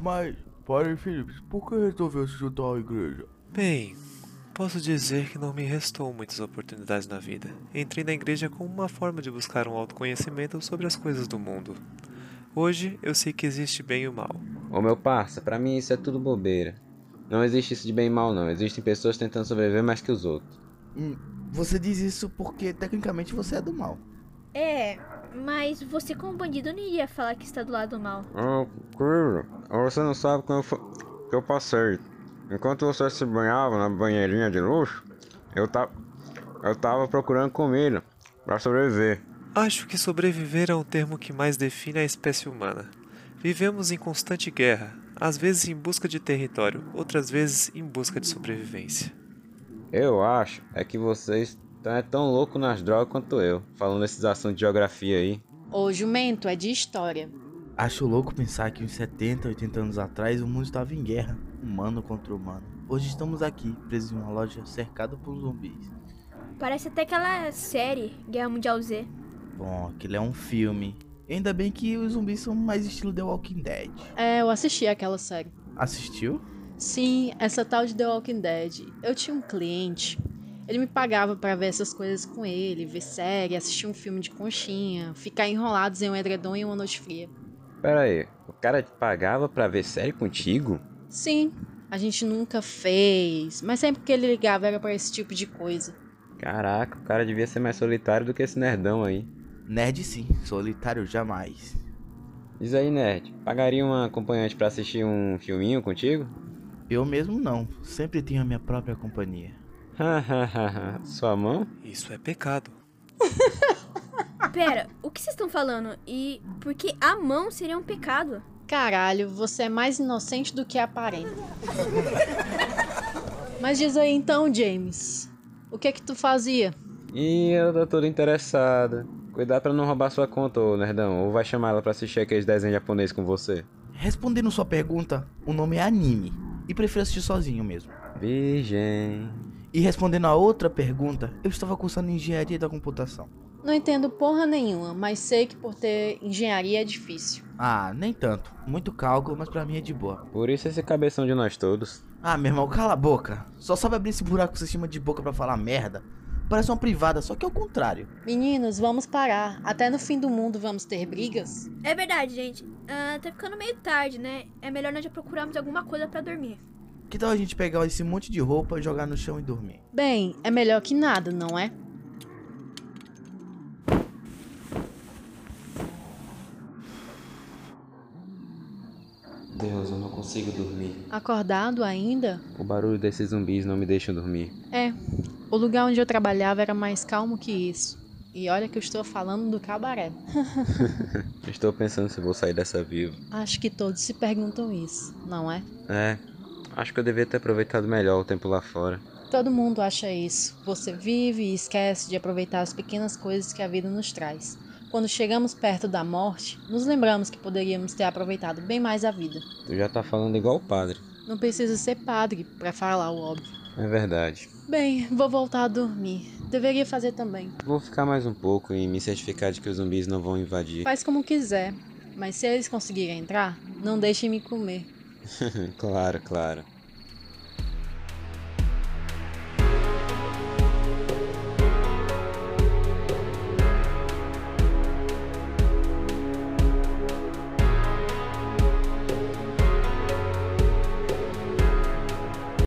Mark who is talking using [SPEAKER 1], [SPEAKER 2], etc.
[SPEAKER 1] Mas, Padre Phillips, por que resolveu se juntar à igreja?
[SPEAKER 2] Bem, posso dizer que não me restou muitas oportunidades na vida. Entrei na igreja como uma forma de buscar um autoconhecimento sobre as coisas do mundo. Hoje eu sei que existe bem e o mal.
[SPEAKER 3] Ô meu parça, pra mim isso é tudo bobeira. Não existe isso de bem e mal não, existem pessoas tentando sobreviver mais que os outros.
[SPEAKER 4] Hum, Você diz isso porque tecnicamente você é do mal.
[SPEAKER 5] É, mas você como bandido não iria falar que está do lado do mal.
[SPEAKER 3] Ô, Curo, Ah, você não sabe como eu, fa- que eu passei. Enquanto você se banhava na banheirinha de luxo, eu, ta... eu tava procurando comida pra sobreviver.
[SPEAKER 2] Acho que sobreviver é um termo que mais define a espécie humana. Vivemos em constante guerra, às vezes em busca de território, outras vezes em busca de sobrevivência.
[SPEAKER 3] Eu acho é que vocês tão, é tão louco nas drogas quanto eu, falando esses assuntos de geografia aí.
[SPEAKER 6] O jumento é de história.
[SPEAKER 4] Acho louco pensar que uns 70, 80 anos atrás o mundo estava em guerra, humano contra humano. Hoje estamos aqui, presos em uma loja cercada por zumbis.
[SPEAKER 5] Parece até aquela série Guerra Mundial Z.
[SPEAKER 4] Bom, aquilo é um filme. Ainda bem que os zumbis são mais estilo The Walking Dead.
[SPEAKER 6] É, eu assisti aquela série.
[SPEAKER 4] Assistiu?
[SPEAKER 6] Sim, essa tal de The Walking Dead. Eu tinha um cliente. Ele me pagava pra ver essas coisas com ele, ver série, assistir um filme de conchinha, ficar enrolados em um edredom e uma noite fria.
[SPEAKER 3] Pera aí, o cara te pagava pra ver série contigo?
[SPEAKER 6] Sim, a gente nunca fez, mas sempre que ele ligava era pra esse tipo de coisa.
[SPEAKER 3] Caraca, o cara devia ser mais solitário do que esse nerdão aí.
[SPEAKER 4] Nerd sim, solitário jamais.
[SPEAKER 3] Diz aí, nerd, pagaria uma acompanhante pra assistir um filminho contigo?
[SPEAKER 4] Eu mesmo não, sempre tenho a minha própria companhia.
[SPEAKER 3] Hahaha, sua mão?
[SPEAKER 2] Isso é pecado.
[SPEAKER 5] Pera, o que vocês estão falando? E por que a mão seria um pecado?
[SPEAKER 6] Caralho, você é mais inocente do que aparenta. mas diz aí então, James, o que é que tu fazia?
[SPEAKER 3] Ih, ela tá toda interessada. Cuidado pra não roubar sua conta, ô nerdão, ou vai chamar ela pra assistir aqueles desenhos japoneses com você.
[SPEAKER 4] Respondendo sua pergunta, o nome é anime e prefiro assistir sozinho mesmo.
[SPEAKER 3] Virgem.
[SPEAKER 4] E respondendo a outra pergunta, eu estava cursando engenharia da computação.
[SPEAKER 6] Não entendo porra nenhuma, mas sei que por ter engenharia é difícil.
[SPEAKER 4] Ah, nem tanto. Muito cálculo, mas pra mim é de boa.
[SPEAKER 3] Por isso esse cabeção de nós todos.
[SPEAKER 4] Ah, meu irmão, cala a boca. Só sabe abrir esse buraco que você chama de boca pra falar merda. Parece uma privada, só que é o contrário.
[SPEAKER 6] Meninos, vamos parar. Até no fim do mundo vamos ter brigas?
[SPEAKER 5] É verdade, gente. Ah, tá ficando meio tarde, né? É melhor nós já procurarmos alguma coisa pra dormir.
[SPEAKER 4] Que tal a gente pegar esse monte de roupa, jogar no chão e dormir?
[SPEAKER 6] Bem, é melhor que nada, não é?
[SPEAKER 3] Deus, eu não consigo dormir.
[SPEAKER 6] Acordado ainda?
[SPEAKER 3] O barulho desses zumbis não me deixa dormir.
[SPEAKER 6] É. O lugar onde eu trabalhava era mais calmo que isso. E olha que eu estou falando do cabaré.
[SPEAKER 3] Estou pensando se vou sair dessa vivo.
[SPEAKER 6] Acho que todos se perguntam isso, não é?
[SPEAKER 3] É, acho que eu devia ter aproveitado melhor o tempo lá fora.
[SPEAKER 6] Todo mundo acha isso. Você vive e esquece de aproveitar as pequenas coisas que a vida nos traz. Quando chegamos perto da morte, nos lembramos que poderíamos ter aproveitado bem mais a vida.
[SPEAKER 3] Tu já tá falando igual o padre.
[SPEAKER 6] Não precisa ser padre para falar o óbvio.
[SPEAKER 3] É verdade.
[SPEAKER 6] Bem, vou voltar a dormir. Deveria fazer também.
[SPEAKER 3] Vou ficar mais um pouco e me certificar de que os zumbis não vão invadir.
[SPEAKER 6] Faz como quiser, mas se eles conseguirem entrar, não deixem me comer.
[SPEAKER 3] claro, claro.